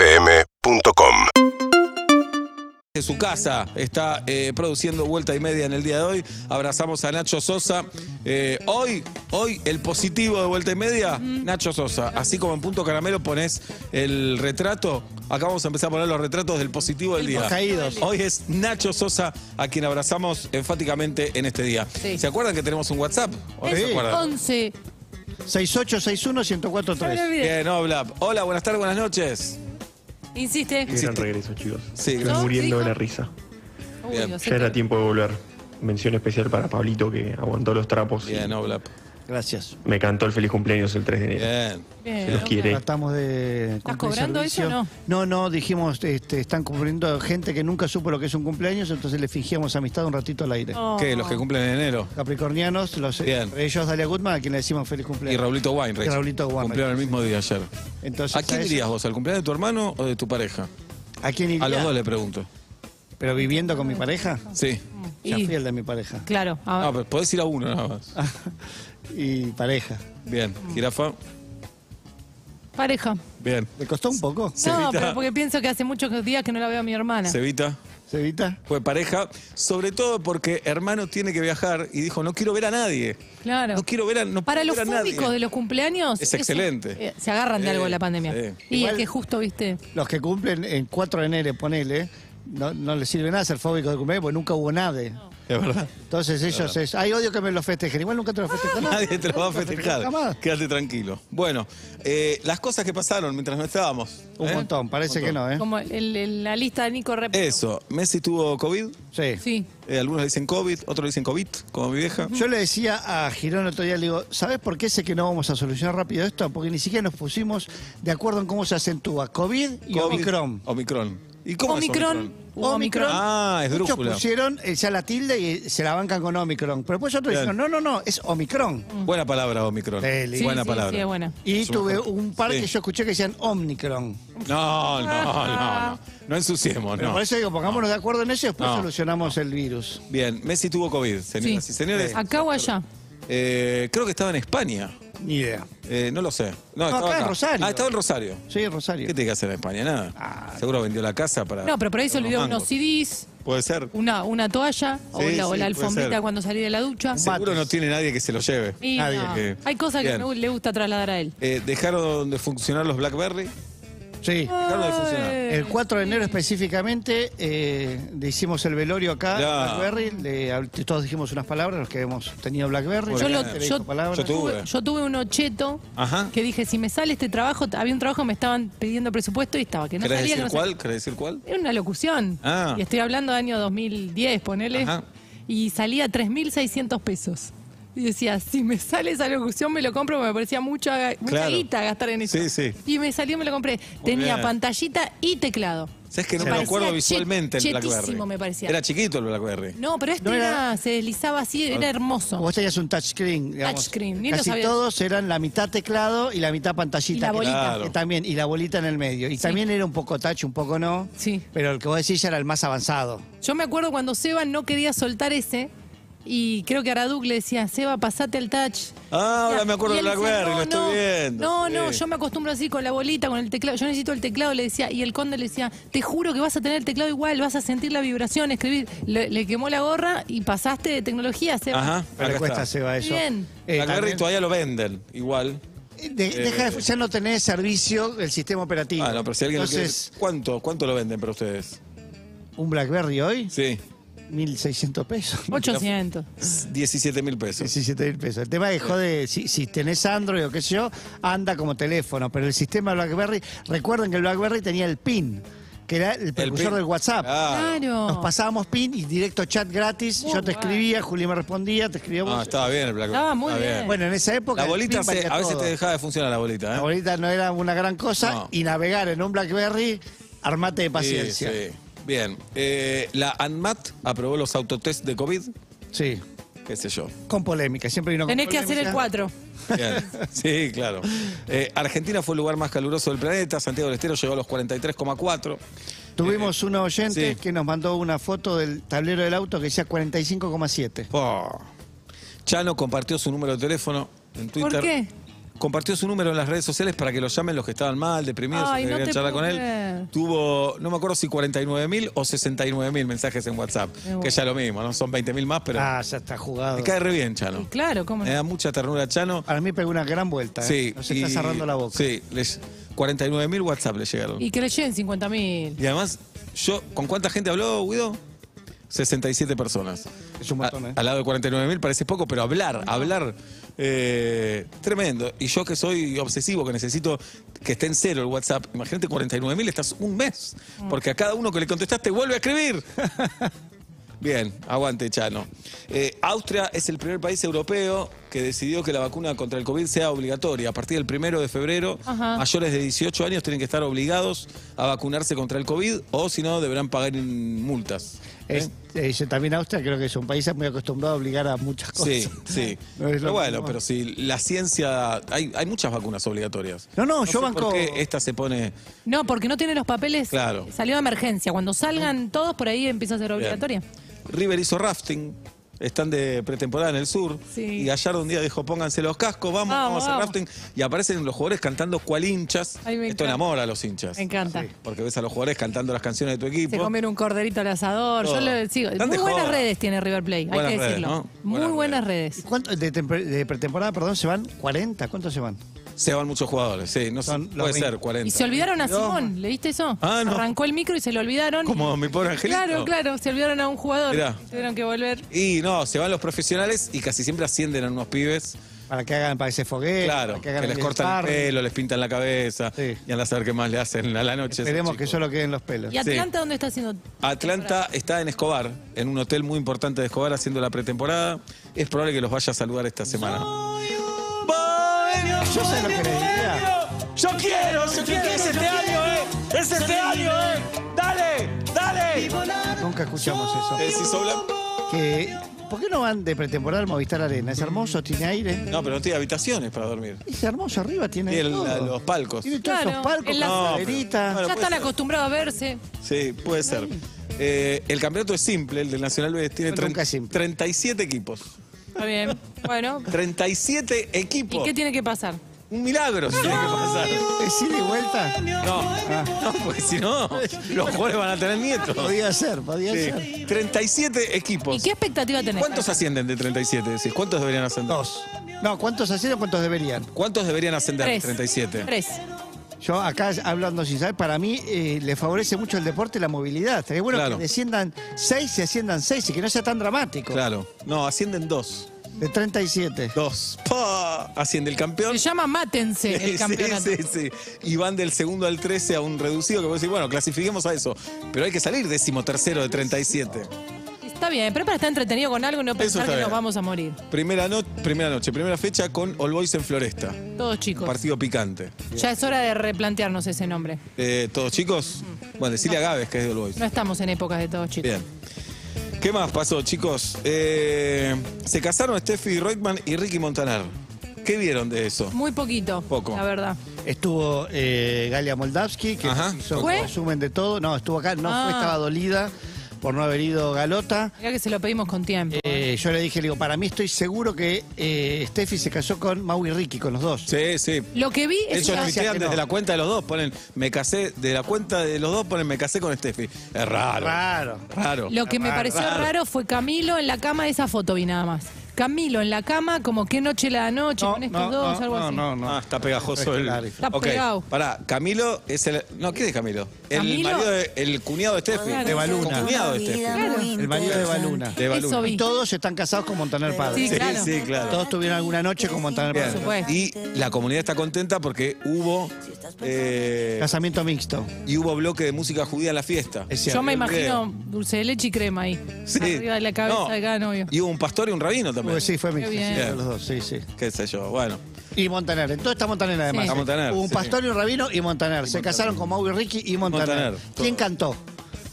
UrbanaPlayFM.com de su casa está eh, produciendo vuelta y media en el día de hoy. Abrazamos a Nacho Sosa. Eh, hoy, hoy, el positivo de vuelta y media, Nacho Sosa. Así como en punto caramelo pones el retrato, acá vamos a empezar a poner los retratos del positivo del día. caídos. Hoy es Nacho Sosa a quien abrazamos enfáticamente en este día. Sí. Oh, ¿Se acuerdan que tenemos un WhatsApp? ¿O no Es se acuerdan? 11. 6861-1043. Bien, hola. Hola, buenas tardes, buenas noches. Insiste. Qué gran regreso, chicos. Sí, ¿No? gracias. Estoy muriendo de ¿Dijo? la risa. Uy, Bien. o sea Ya que- era tiempo de volver. Mención especial para Pablito que aguantó los trapos. y Bien, hola. Gracias. Me cantó el feliz cumpleaños el 3 de enero. Bien. Bien, Se los ok. quiere. Tratamos de. cumplir cobrando servicio. eso o no? No, no, dijimos, este, están cumpliendo gente que nunca supo lo que es un cumpleaños, entonces le fingíamos amistad un ratito al aire. Oh. ¿Qué? Los que cumplen en enero. Capricornianos, los, eh, Bien. ellos Dalia Gutman, a quien le decimos feliz Y cumpleaños. Raulito Weinreich. Y Raulito Weinreich. Cumplieron el mismo día ayer. Entonces, ¿A quién eso- dirías vos? ¿Al cumpleaños de tu hermano o de tu pareja? ¿A quién iría? A los dos le pregunto. ¿Pero viviendo con mi pareja? Sí. Ya Ah. Y- fui el de mi pareja. Claro. Ah, a- pero podés ir a uno nada más. y pareja. Bien. Mm. Jirafa. Pareja. Bien. ¿Le costó un poco, No, Cevita. pero porque pienso que hace muchos días que no la veo a mi hermana. Cevita. Cevita? Fue pareja. Sobre todo porque hermano tiene que viajar y dijo, no quiero ver a nadie. Claro. No quiero ver a, no Para puedo los ver a nadie. fúbicos de los cumpleaños. Es excelente. un- eh, se agarran de Sí, algo la pandemia. sí. Y Igual- es que justo, viste. Los que cumplen en 4 de enero, ponele, no, no les sirve nada ser fóbicos de cumpleaños porque nunca hubo nadie. Es verdad. Entonces ellos es, ay, odio que me lo festejen. Igual nunca te lo festejan. Nadie te lo va a festejar. Jamás. Quédate tranquilo. Bueno, eh, las cosas que pasaron mientras no estábamos. Un ¿eh? montón, parece Un que no, ¿eh? Como el- el- la lista de Nico Rep. Eso. Messi tuvo COVID. Sí. Sí. Eh, algunos le dicen COVID, otros le dicen COVID, como mi vieja. Yo le decía a Girón el otro día, le digo, ¿sabes por qué sé que no vamos a solucionar rápido esto? Porque ni siquiera nos pusimos de acuerdo en cómo se acentúa COVID y COVID, Omicron. Omicron. ¿Y cómo es Omicron. Omicron. Ah, es Muchos drújula. pusieron eh, ya la tilde y se la bancan con Omicron. Pero después otros Bien. dijeron, no, no, no, es Omicron. Buena palabra, Omicron. Feliz. Sí, buena sí, palabra. sí, es buena. Y Es un tuve mejor. un par que Sí. yo escuché que decían Omicron. No, no, no, no. No ensuciemos, Pero no. por eso digo, pongámonos de acuerdo en eso y después No. solucionamos el virus. Bien, Messi tuvo COVID, señoras Sí. y señores. Acá o allá. Eh, creo que estaba en España. Ni idea. Eh, no lo sé. No, estaba acá en Rosario. Ah, estaba en Rosario. Sí, Rosario. ¿Qué tiene que hacer en España? Nada. Ah. Seguro vendió la casa para. No, pero por ahí se unos olvidó mangos. unos CDs, Puede ser. una, una toalla o Sí, la, o sí, la puede ser. alfombrita cuando salí de la ducha. Seguro mates. no tiene nadie que se lo lleve. Y Nadie. no, Eh, Hay cosas que bien. no le gusta trasladar a él. Eh, dejaron de funcionar los Blackberry. Sí. Dejaron de funcionar. El 4 de enero específicamente eh, le hicimos el velorio acá, Ya. Blackberry, le hab- todos dijimos unas palabras, los que hemos tenido Blackberry. Yo, Muy lo- bien. Le yo- dijo palabras. Yo tuve. yo tuve un ocheto Ajá. que dije, si me sale este trabajo, había un trabajo que me estaban pidiendo presupuesto y estaba, que no ¿Querés salía. que decir no salía. cuál? ¿Querés decir cuál? Era una locución. Ah. Y estoy hablando de año 2010, ponele. Ajá. Y salía 3.600 pesos. Y decía, si me sale esa locución, me lo compro, porque me parecía mucho, aga- mucha Claro. guita gastar en eso. Sí, sí. Y me salió, me lo compré. Tenía bien. pantallita y teclado. Sabes que no Me me parecía acuerdo chet- visualmente el chetísimo BlackBerry. me parecía. Era chiquito el BlackBerry. No, pero este No era, era- Ah. se deslizaba así, era hermoso. Vos tenías un touchscreen, digamos. Touchscreen, ni lo Casi sabía. todos eran la mitad teclado y la mitad pantallita. Y la que- bolita. Claro. que también, y la bolita en el medio. Y también era un poco touch, un poco no. Sí. Pero el que vos decís ya era el más avanzado. Yo me acuerdo cuando Seba no quería soltar ese y creo que Araduc le decía, Seba, pasate el touch. Ah, ahora Decía, me acuerdo y del él decía, BlackBerry, lo "No, no, estoy viendo. No, no, Sí. yo me acostumbro así con la bolita, con el teclado. Yo necesito el teclado, le decía. Y el conde le decía, te juro que vas a tener el teclado igual, vas a sentir la vibración, escribir. Le, le quemó la gorra y pasaste de tecnología, Seba. Ajá, Pero acá le cuesta, está. Seba, eso. Bien. Eh, BlackBerry también- todavía lo venden, igual. Eh, de- deja de- ya no tenés servicio del sistema operativo. Ah, no, pero si alguien lo quiere- Entonces, ¿Cuánto, ¿Cuánto lo venden para ustedes? un Blackberry hoy, Sí, 1.600 pesos. 800. 17 mil pesos. 17 mil pesos. El tema es que jode, si, si tenés Android o qué sé yo, anda como teléfono. Pero el sistema BlackBerry, recuerden que el BlackBerry tenía el PIN, que era el precursor pin. del WhatsApp. Ah, Claro. Nos pasábamos PIN y directo chat gratis. Muy yo te guay. escribía, Juli me respondía, te escribía vos. ah, estaba bien el BlackBerry. Estaba muy Está bien. Bueno, en esa época. La el bolita, PIN valía se- a veces todo. te dejaba de funcionar la bolita, La ¿eh? bolita no era una gran cosa No. y navegar en un BlackBerry, armate de Sí, paciencia. Sí. sí. Bien. Eh, la ANMAT aprobó los autotest de COVID. Qué sé yo. Con polémica, siempre vino con Tenés que hacer el polémica. 4. Bien. Sí, claro. Eh, Argentina fue el lugar más caluroso del planeta. Santiago del Estero llegó a los 43,4. Tuvimos un oyente Eh, sí. que nos mandó una foto del tablero del auto que decía 45,7. Oh. Chano compartió su número de teléfono en Twitter. ¿Por qué? compartió su número en las redes sociales para que lo llamen los que estaban mal, deprimidos, Ay, que no querían te charlar puedo con él. creer. Tuvo, no me acuerdo si 49 mil o 69 mil mensajes en WhatsApp, que ya lo mismo, ¿no? Son 20 mil más, pero Ah, ya está jugado. me cae re bien, Chano. Y claro, ¿cómo no? Me da mucha ternura, Chano. Para mí pegó una gran vuelta. ¿eh? Sí. Nos y- está cerrando la boca. Sí, les, 49 mil WhatsApp le llegaron. Y que le lleguen 50 mil. Y además, yo, ¿con cuánta gente habló, Guido? 67 personas. Es un montón, A- ¿eh? Al lado de 49 mil parece poco, pero hablar, hablar, eh, tremendo. Y yo que soy obsesivo, que necesito que esté en cero el WhatsApp, imagínate 49 mil, estás un mes, porque a cada uno que le contestaste vuelve a escribir. Bien, aguante, Chano. Eh, Austria es el primer país europeo que decidió que la vacuna contra el COVID sea obligatoria. A partir del primero de febrero, Ajá. mayores de 18 años tienen que estar obligados a vacunarse contra el COVID o si no deberán pagar mm, multas. Es- eh, yo también Austria creo que es un país muy acostumbrado a obligar a muchas cosas. Sí, sí. No es lo pero bueno, mismo. pero si la ciencia. Hay, hay muchas vacunas obligatorias. No, no, yo sé banco- ¿Por qué esta se pone.? No, porque no tiene los papeles. Claro. Mm. Salió de emergencia. Cuando salgan todos, por ahí empieza a ser obligatoria. River hizo rafting. Están de pretemporada en el sur. Sí. Y Gallardo un día dijo: pónganse los cascos, vamos, Vamos, vamos, a hacer vamos. rafting. Y aparecen los jugadores cantando cual hinchas. Ay, me Esto encanta. enamora a los hinchas. Me encanta. Porque ves a los jugadores cantando las canciones de tu equipo. Se comen un corderito al asador. Todo. Yo lo sigo. Están Muy de buenas joda. redes tiene River Play, Buenas hay que redes, decirlo. ¿no? Muy Buenas buenas, ¿Y redes. cuánto- de, temper- de pretemporada, perdón, se van 40? ¿Cuántos se van? Se van muchos jugadores. Sí, no sé, Son los puede 20. ser, 40. Y se olvidaron a No. Simón, ¿le viste eso? Ah, no. Arrancó el micro y se lo olvidaron. Como mi pobre angelito. Claro, claro, se olvidaron a un jugador. Mirá. Tuvieron que volver. Y no, se van los profesionales y casi siempre ascienden a unos pibes. Para que hagan, para que se fogueen, Claro, para que, hagan les el cortan el sparring. pelo, les pintan la cabeza Sí. y andan a saber qué más le hacen a la noche. a esos Esperemos que chicos. solo queden los pelos. ¿Y Atlanta dónde está haciendo? Ah, Atlanta está en Escobar, en un hotel muy importante de Escobar haciendo la pretemporada. Es probable que los vaya a saludar esta semana. Yo sé lo que les diría. Yo quiero, yo quiero, es este año, eh. Es este año, eh. Dale, dale. Nunca escuchamos eso. Que, ¿Por qué no van de pretemporada al Movistar Arena? Es hermoso, tiene aire. No, pero no tiene habitaciones para dormir. Es hermoso arriba, tiene Tiene el- todo. los palcos. Tiene todos Claro, esos palcos, en la- con No, pero- caderita. Bueno, ya puede están ser. acostumbrados a verse. Sí, puede ser. Eh, el campeonato es simple, el del Nacional B tiene Nunca tren- es simple. 37 equipos. Está bien. Bueno. 37 ¿Y equipos. qué tiene que pasar? Un milagro si tiene que pasar. ¿Es ida y vuelta? No, no, porque si no, los jugadores van a tener nietos. Podía ser, podía ser. Sí, 37 equipos. ¿Y qué expectativa tenés? ¿Cuántos ascienden de 37? Decís? ¿Cuántos deberían ascender? Dos. No, ¿cuántos hacían o cuántos deberían? ¿Cuántos deberían ascender de Tres. 37? Tres. Yo acá hablando sin saber, para mí eh, le favorece mucho el deporte y la movilidad. Estaría bueno Claro. que desciendan seis y asciendan seis y que no sea tan dramático. Claro. No, ascienden dos. De 37. Dos. ¡Pah! Asciende el campeón. Se llama Mátense el Sí, campeonato. Sí, sí, Y van del segundo al 13 a un reducido que vos decís, bueno, clasifiquemos a eso. Pero hay que salir décimo tercero de 37. Está bien, pero para estar entretenido con algo y no Eso pensar está que bien. nos vamos a morir. Primera, no- primera noche, primera fecha con All Boys en Floresta. Todos Un chicos. partido picante. Ya es hora de replantearnos ese nombre. Eh, ¿Todos chicos? Bueno, decirle a Gávez que es de All Boys. No estamos en épocas de todos chicos. Bien. ¿Qué más pasó, chicos? Eh, se casaron Steffi Reutemann y Ricky Montaner. ¿Qué vieron de eso? Muy poquito, Poco. la verdad. Estuvo eh, Galia Moldavsky, que Ajá. hizo un ¿Fue? resumen de todo. No, estuvo acá, no fue, Ah. estaba dolida por no haber ido Galota. Mirá que se lo pedimos con tiempo. Eh, yo le dije, le digo, para mí estoy seguro que eh, Steffi se casó con Mau y Ricky, con los dos. Sí, sí. Lo que vi es Ellos una- Gracias tuitean que desde no. la cuenta de los dos, ponen, me casé, de la cuenta de los dos ponen, me casé con Steffi. Es raro. Raro. Raro. lo que me Raro, pareció raro. raro. fue Camilo en la cama, esa foto vi nada más. Camilo en la cama, como qué noche la noche, con estos dos, algo no, así. no, no. Ah, está pegajoso el. Está Ok, pegado. Pará, Camilo es el. No, ¿quién es Camilo? El Camilo- marido de- el cuñado de Steffi. Claro. De Baluna. Cuñado de Steffi. Claro. El marido de Baluna. De Baluna. Eso Y vi. todos están casados con Montaner Padre. Sí, Sí, claro. sí, claro. Todos tuvieron alguna noche con Montaner Bien. Este, Padre. supuesto. Y la comunidad está contenta porque hubo. eh, Casamiento mixto. y hubo bloque de música judía en la fiesta. Es cierto. Yo me el imagino video. dulce de leche y crema ahí. Sí. Arriba de la cabeza No. de cada novio. Y hubo un pastor y un rabino también. Pues sí, fue mixto. bien. sí, fueron los dos, sí, sí. Qué sé yo, bueno. Y Montaner. Entonces está Montaner además. Sí. Está Montaner, Hubo un sí. pastor y un rabino y Montaner. Se casaron con Mau y Ricky y Montaner. Montaner, ¿Quién todo. cantó?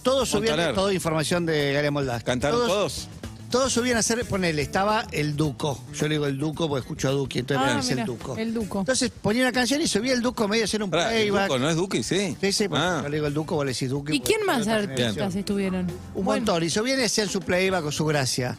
Todos subían Montaner. toda información de Galia Moldaz. ¿Cantaron todos? Todos subían a hacer, ponele, estaba el Duco. Yo le digo el Duco porque escucho a Duque, entonces Ah, me dice mirá, el Duco. el Duco. Entonces ponía una canción y subía el Duco medio a hacer un Pará, el playback. Duco, ¿no es Duque? Sí. Sí, sí, porque Ah, yo le digo el Duco, vos le decís Duque. ¿Y porque quién es más de otra artistas generación. estuvieron? Un Bueno, montón. Y subían y hacían su playback con su gracia.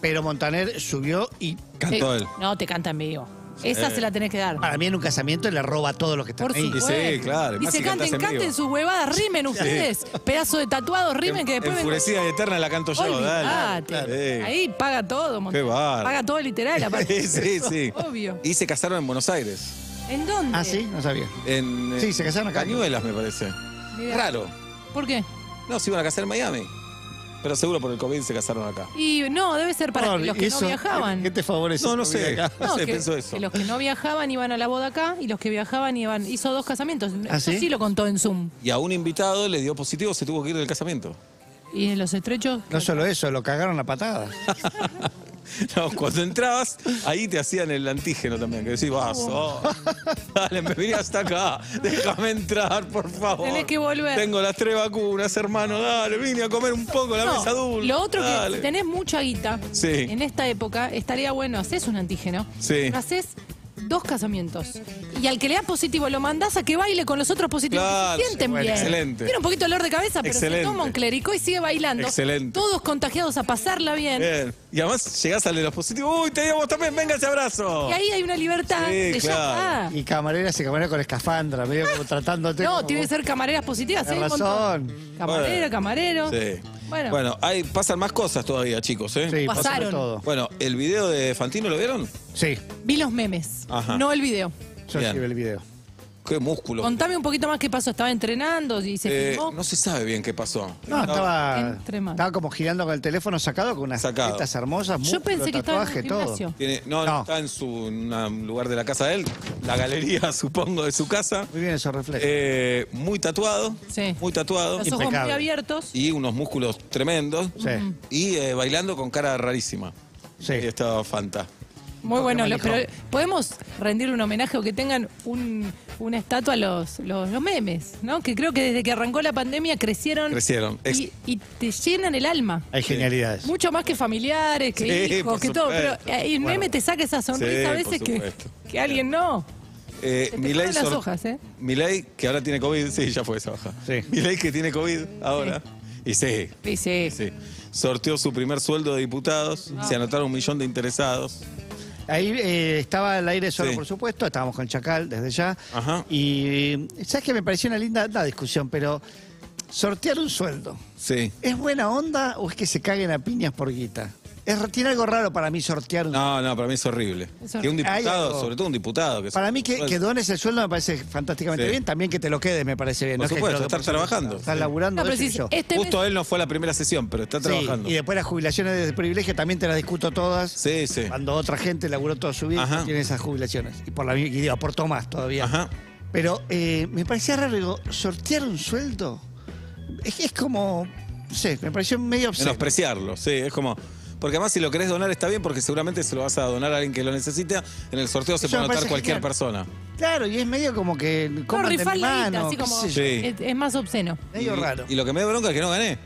Pero Montaner subió y cantó eh, él. No, te canta en vivo. Esa se la tenés que dar. Para mí en un casamiento le roba todo lo que está Por ahí. supuesto. sí, claro, más Dice, si cantás canten, en vivo". canten sus huevadas, rimen ustedes. Pedazo de tatuado, rimen que después... ven- Enfurecida y eterna la canto yo, dale. Olvidate. Eh. Ahí paga todo, Montoya. Qué bárbaro. Paga todo literal, aparte. Sí, sí, sí. Obvio. Y se casaron en Buenos Aires. ¿En dónde? Ah, sí, no sabía. En, eh, Sí, se casaron acá. Cañuelas, me parece. Mirá. Raro. ¿Por qué? No, se iban a casar en Miami. Pero seguro por el COVID se casaron acá. Y no, debe ser para No, los que eso- no viajaban. ¿Qué te favorece? No, no sé. Mira acá. No sé, que, pienso eso. que los que no viajaban iban a la boda acá y los que viajaban iban. Hizo dos casamientos. ¿Ah, Eso sí? lo contó en Zoom. Y a un invitado le dio positivo, se tuvo que ir del casamiento. Y en los estrechos. No solo eso, lo cagaron a patada. Ah. No, cuando entrabas, ahí te hacían el antígeno también. Que decís, vas, oh, dale, me vine hasta acá. Déjame entrar, por favor. Tenés que volver. Tengo las tres vacunas, hermano. Dale, vine a comer un poco la No, mesa dulce. lo otro que Dale. si tenés mucha guita Sí. en esta época, estaría bueno, haces un antígeno, Sí. haces dos casamientos. Y al que le das positivo lo mandás a que baile con los otros positivos. que se Claro, sienten bueno, bien. excelente. Tiene un poquito de dolor de cabeza, pero Excelente. se toma un clericó y sigue bailando. Excelente. Todos contagiados a pasarla bien. Bien. Y además llegás al de los positivos. Uy, te dio vos también, venga ese abrazo. Y ahí hay una libertad Sí, de ya claro. está. Y camareras y camareras con escafandra, medio como tratándote. No, como- tiene que ser camareras positivas. Tenés ¿eh? Un montón. razón. Camarera, Bueno. camarero. Sí. Bueno. Bueno, hay, pasan más cosas todavía, chicos, ¿eh? Sí, pasó Pasaron. todo. Bueno, el video de Fantino, ¿lo vieron? Sí, Vi los memes, Ajá. no el video. yo Bien. sí vi el video. Qué músculo. Contame un poquito más qué pasó. Estaba entrenando y se Eh, filmó. no se sabe bien qué pasó. No, estaba, Entre más. estaba como girando con el teléfono sacado, con unas Sacado. tetas hermosas, Yo músculo, pensé que estaba en tatuaje, un todo. gimnasio. Tiene- no, no, No. está en su en un lugar de la casa de él, la galería, supongo, de su casa. Muy bien esos reflejos. Eh, muy tatuado, Sí. muy tatuado. Los ojos muy impecable. abiertos. Y unos músculos tremendos. Sí. Y eh, bailando con cara rarísima. Sí. Ahí estaba Fanta. Muy bueno. lo- manijo. pero eh, podemos rendirle un homenaje o que tengan un, una estatua a los, los, los memes, ¿no? Que creo que desde que arrancó la pandemia crecieron. Crecieron. Ex- Y, y te llenan el alma. Hay genialidades. Mucho más que familiares, que Sí, hijos, por que todo. Pero supuesto. eh, el meme te saca esa sonrisa Sí, a por veces que, supuesto. que alguien no. Eh, te Milei jodan las sor- hojas, ¿eh? Milei, que ahora tiene COVID, sí, ya fue esa baja. Sí. Milei que tiene COVID ahora. Y sí, Sí, sí. sí. Sorteó su primer sueldo de diputados, se anotaron un millón de interesados. Ahí eh, estaba el aire solo, Sí. por supuesto, estábamos con Chacal desde ya. Ajá. Y sabes que me pareció una linda la discusión, pero sortear un sueldo, Sí. ¿es buena onda o es que se caguen a piñas por guita? Es, tiene algo raro para mí sortear un No, no, para mí es horrible. Es Que horrible. un Hay diputado, algo- sobre todo un diputado. Que Para mí que, que dones el sueldo me parece fantásticamente Sí. bien, también que te lo quedes me parece bien. Por es que supuesto, creo que estar por eso- trabajando. Estás Sí. laburando. No, pero eso si y yo. este mes- Justo él no fue a la primera sesión, pero está Sí, trabajando. y después las jubilaciones de privilegio también te las discuto todas. Sí, sí. Cuando otra gente laburó toda su vida Ajá. tiene esas jubilaciones. Y por la mi- y digo, aportó más todavía. Ajá. Pero eh, me parecía raro, digo, sortear un sueldo. Es, es como, no sé, me pareció medio obsceno. Menospreciarlo, sí, es como. Porque además, si lo querés donar, está bien, porque seguramente se lo vas a donar a alguien que lo necesita. En el sorteo se Eso puede me anotar parece cualquier genial. persona. Claro, y es medio como que No, coman de mi rifar la guita, mano, así qué como. sé yo. Sí. Es, es más obsceno. Medio Y- raro. Y lo que me da bronca es que no gané.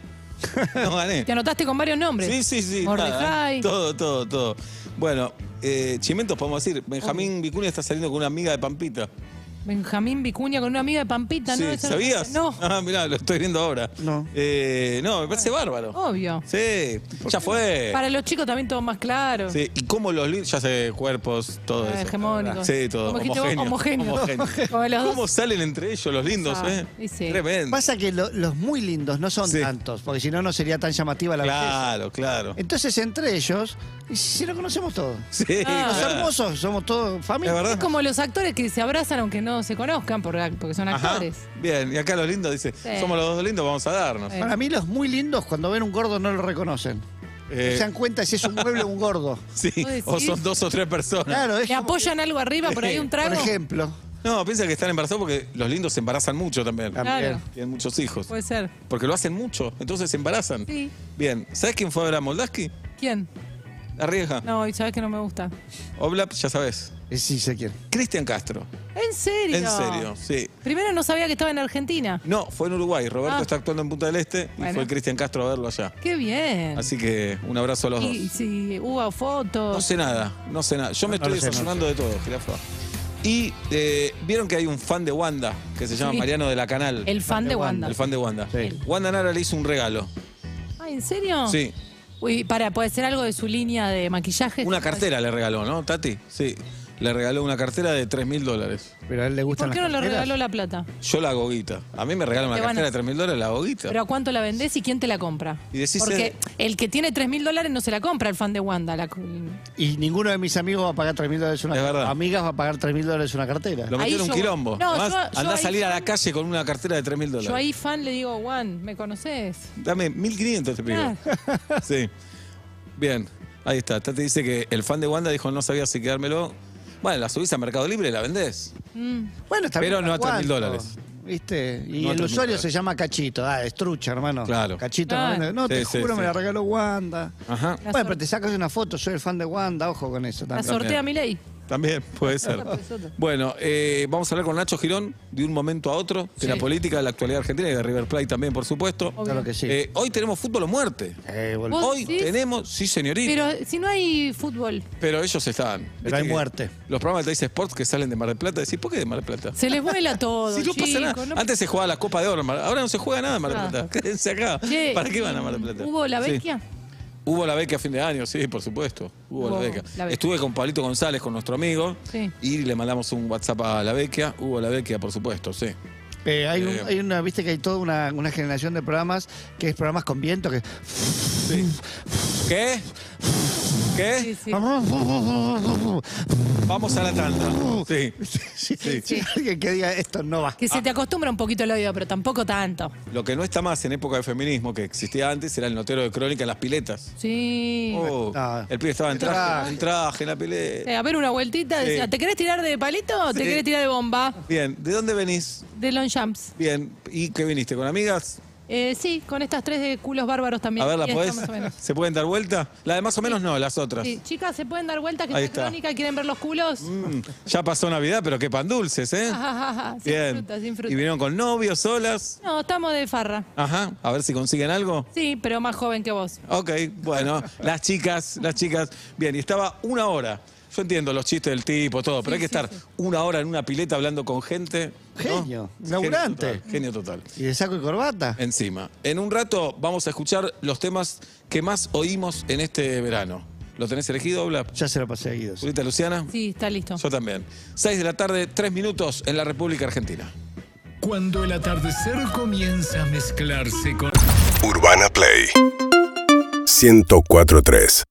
No gané. Te anotaste con varios nombres. Sí, sí, sí. nada, Mordecai. ¿eh? todo, todo, todo. Bueno, eh, chimentos podemos decir. Benjamín Vicuña está saliendo con una amiga de Pampita. Benjamín Vicuña con una amiga de Pampita, Sí, ¿no? Eso- ¿Sabías? No, Ah, mirá, lo estoy viendo ahora. No. Eh, no, me parece bárbaro. obvio. Sí, ya fue. Oh. Para los chicos también todo más claro. Sí, y cómo los li- ya sé, cuerpos, todo Ah, eso. hegemónicos. Sí, todo. Como dijiste vos, homogéneo. homogéneos. homogéneo. Como los dos. ¿Cómo salen entre ellos los lindos, Ah, eh? y sí. Tremendo. Pasa que lo- los muy lindos no son Sí. tantos, porque si no, no sería tan llamativa la belleza. Claro, claro. Entonces, entre ellos, y si lo conocemos todos. Sí, Ah. Los claro. hermosos, somos todos familia. Es verdad. Es como los actores que se abrazan aunque no se conozcan por- porque son Ajá. actores. Bien, y acá los lindos dice, Sí. somos los dos lindos, vamos a darnos. Sí. Para mí, los muy lindos, cuando ven un gordo, no lo reconocen. Eh. No se dan cuenta si es un mueble o un gordo. Sí, ¿Vos o decís? son dos o tres personas. Claro, es ¿Le como apoyan algo arriba por ahí un que, trago? Por ejemplo. No, piensa que están embarazados porque los lindos se embarazan mucho también. Claro, Tienen muchos hijos. puede ser. Porque lo hacen mucho, entonces se embarazan. Sí. Bien, ¿sabes quién fue a ver a Moldaski? ¿Quién? La rieja. No, y sabes que no me gusta. Oblap, ya sabes. Eh, Sí, sé quién. Cristian Castro. ¿En serio? En serio, sí. Primero no sabía que estaba en Argentina. No, fue en Uruguay. Roberto Ah. está actuando en Punta del Este y Bueno. fue Cristian Castro a verlo allá. Qué bien. Así que un abrazo a los dos. y si hubo No fotos. sé nada, no sé nada. Yo me No estoy lo sé, no desayunando de todo, jirafa. Y eh, vieron que hay un fan de Wanda que se llama Sí. Mariano de la Canal. El fan de Wanda. El fan de Wanda. Sí. Wanda Nara le hizo un regalo. Ah, ¿en serio? Sí. Uy, para, puede ser algo de su línea de maquillaje. Una cartera le regaló, ¿no, Tati? Sí. le regaló una cartera de 3 mil dólares. Pero a él le gustan ¿Por qué no las le carteras. regaló la plata? Yo la hago guita. A mí me regalan una Te van a- cartera de 3 mil dólares, la hago guita. ¿Pero a cuánto la vendés y quién te la compra? Y decís, Porque eh, el que tiene 3 mil dólares no se la compra el fan de Wanda. la cu- Y ninguno de mis amigos va a pagar 3 mil dólares una Es verdad. Amigas va a pagar 3 mil dólares una cartera. Lo Ahí metieron en un yo- quilombo. No, Además, yo- yo andá a ahí- salir a la calle con una cartera de 3 mil dólares. Yo ahí fan le digo, Juan, ¿me conoces? Dame 1500 te pido. Ah. Sí. Bien, ahí está. Tati dice que el fan de Wanda dijo no sabía si quedármelo. Bueno, la subís a Mercado Libre y la vendés. Bueno, está Pero bien, no a ¿para 3.000 cuánto? dólares. ¿Viste? Y No a el 3.000 usuario dólares. se llama Cachito. Ah, es trucha, hermano. Claro. Cachito. Ah. hermano. No, te Sí, sí, juro, me sí. la regaló Wanda. Ajá. bueno, La pero sorte- te sacas una foto. Soy el fan de Wanda. Ojo con eso La también. sortea mi ley. También puede ser. pues. Bueno, eh, vamos a hablar con Nacho Girón de un momento a otro, de la política, de la actualidad argentina y de River Plate también, por supuesto. Claro que sí. Eh, hoy tenemos fútbol o muerte. Eh, boludo. ¿Vos Hoy decís? tenemos, sí señorita, pero, Pero si no hay fútbol, ellos están. Pero Viste hay que muerte. Los programas de Dice Sports que salen de Mar del Plata, decís, ¿por qué de Mar del Plata? se les vuela todo. Si no pasa chico, nada. no- Antes se jugaba la Copa de Oro, en Mar- ahora no se juega nada en Mar del Ah. Plata. Quédense acá. Che, ¿Para qué van a Mar del Plata? ¿Hubo la Sí. vecchia? Hubo la beca a fin de año, sí, por supuesto. Hubo, la, Hubo beca. la beca. Estuve con Pablito González, con nuestro amigo, Sí. y le mandamos un WhatsApp a la beca. Hubo la beca, por supuesto, sí. Eh, hay, un- Eh. hay una, viste que hay toda una, una generación de programas que es programas con viento que. ¿Qué? ¿Qué? Sí, sí. Vamos a la tanda. Uh. Sí. Sí, Sí. sí, Alguien que diga esto no va. Que se te acostumbra un poquito el oído, pero tampoco tanto. Lo que no está más en época de feminismo que existía antes era el notero de crónica en las piletas. Sí. Oh, Ah. el pibe estaba en traje, Traje. en traje, en la pileta. Eh, a ver, una vueltita. Sí. decía, ¿Te querés tirar de palito o te Sí. querés tirar de bomba? Bien, ¿de dónde venís? De long jumps. Bien, ¿y qué viniste? ¿Con amigas? Eh, sí, con estas tres de culos bárbaros también. A ver, ¿la Y esta podés? más o menos. ¿Se pueden dar vuelta? La de más o menos no, las otras. Sí, chicas, ¿se pueden dar vueltas que Ahí está, está. crónica? ¿Quieren ver los culos? Mm, ya pasó Navidad, pero qué pan dulces, ¿eh? Ajá, ajá, ajá. Sin Bien. fruta, sin fruta. Y vinieron con novios, solas. No, estamos de farra. Ajá, a ver si consiguen algo. Sí, pero más joven que vos. Ok, bueno, las chicas, las chicas. Bien, y estaba una hora. Yo entiendo los chistes del tipo, todo, pero hay que estar una hora en una pileta hablando con gente. ¿no? Genio, laburante. Genio total, genio total. Y de saco y corbata. Eh. Encima. En un rato vamos a escuchar los temas que más oímos en este verano. ¿Lo tenés elegido, Obla? Ya se lo pasé a Guido. Julita Luciana. Sí, está listo. Yo también. 6 de la tarde, 3 minutos en la República Argentina. Cuando el atardecer comienza a mezclarse con... Urbana Play 104.3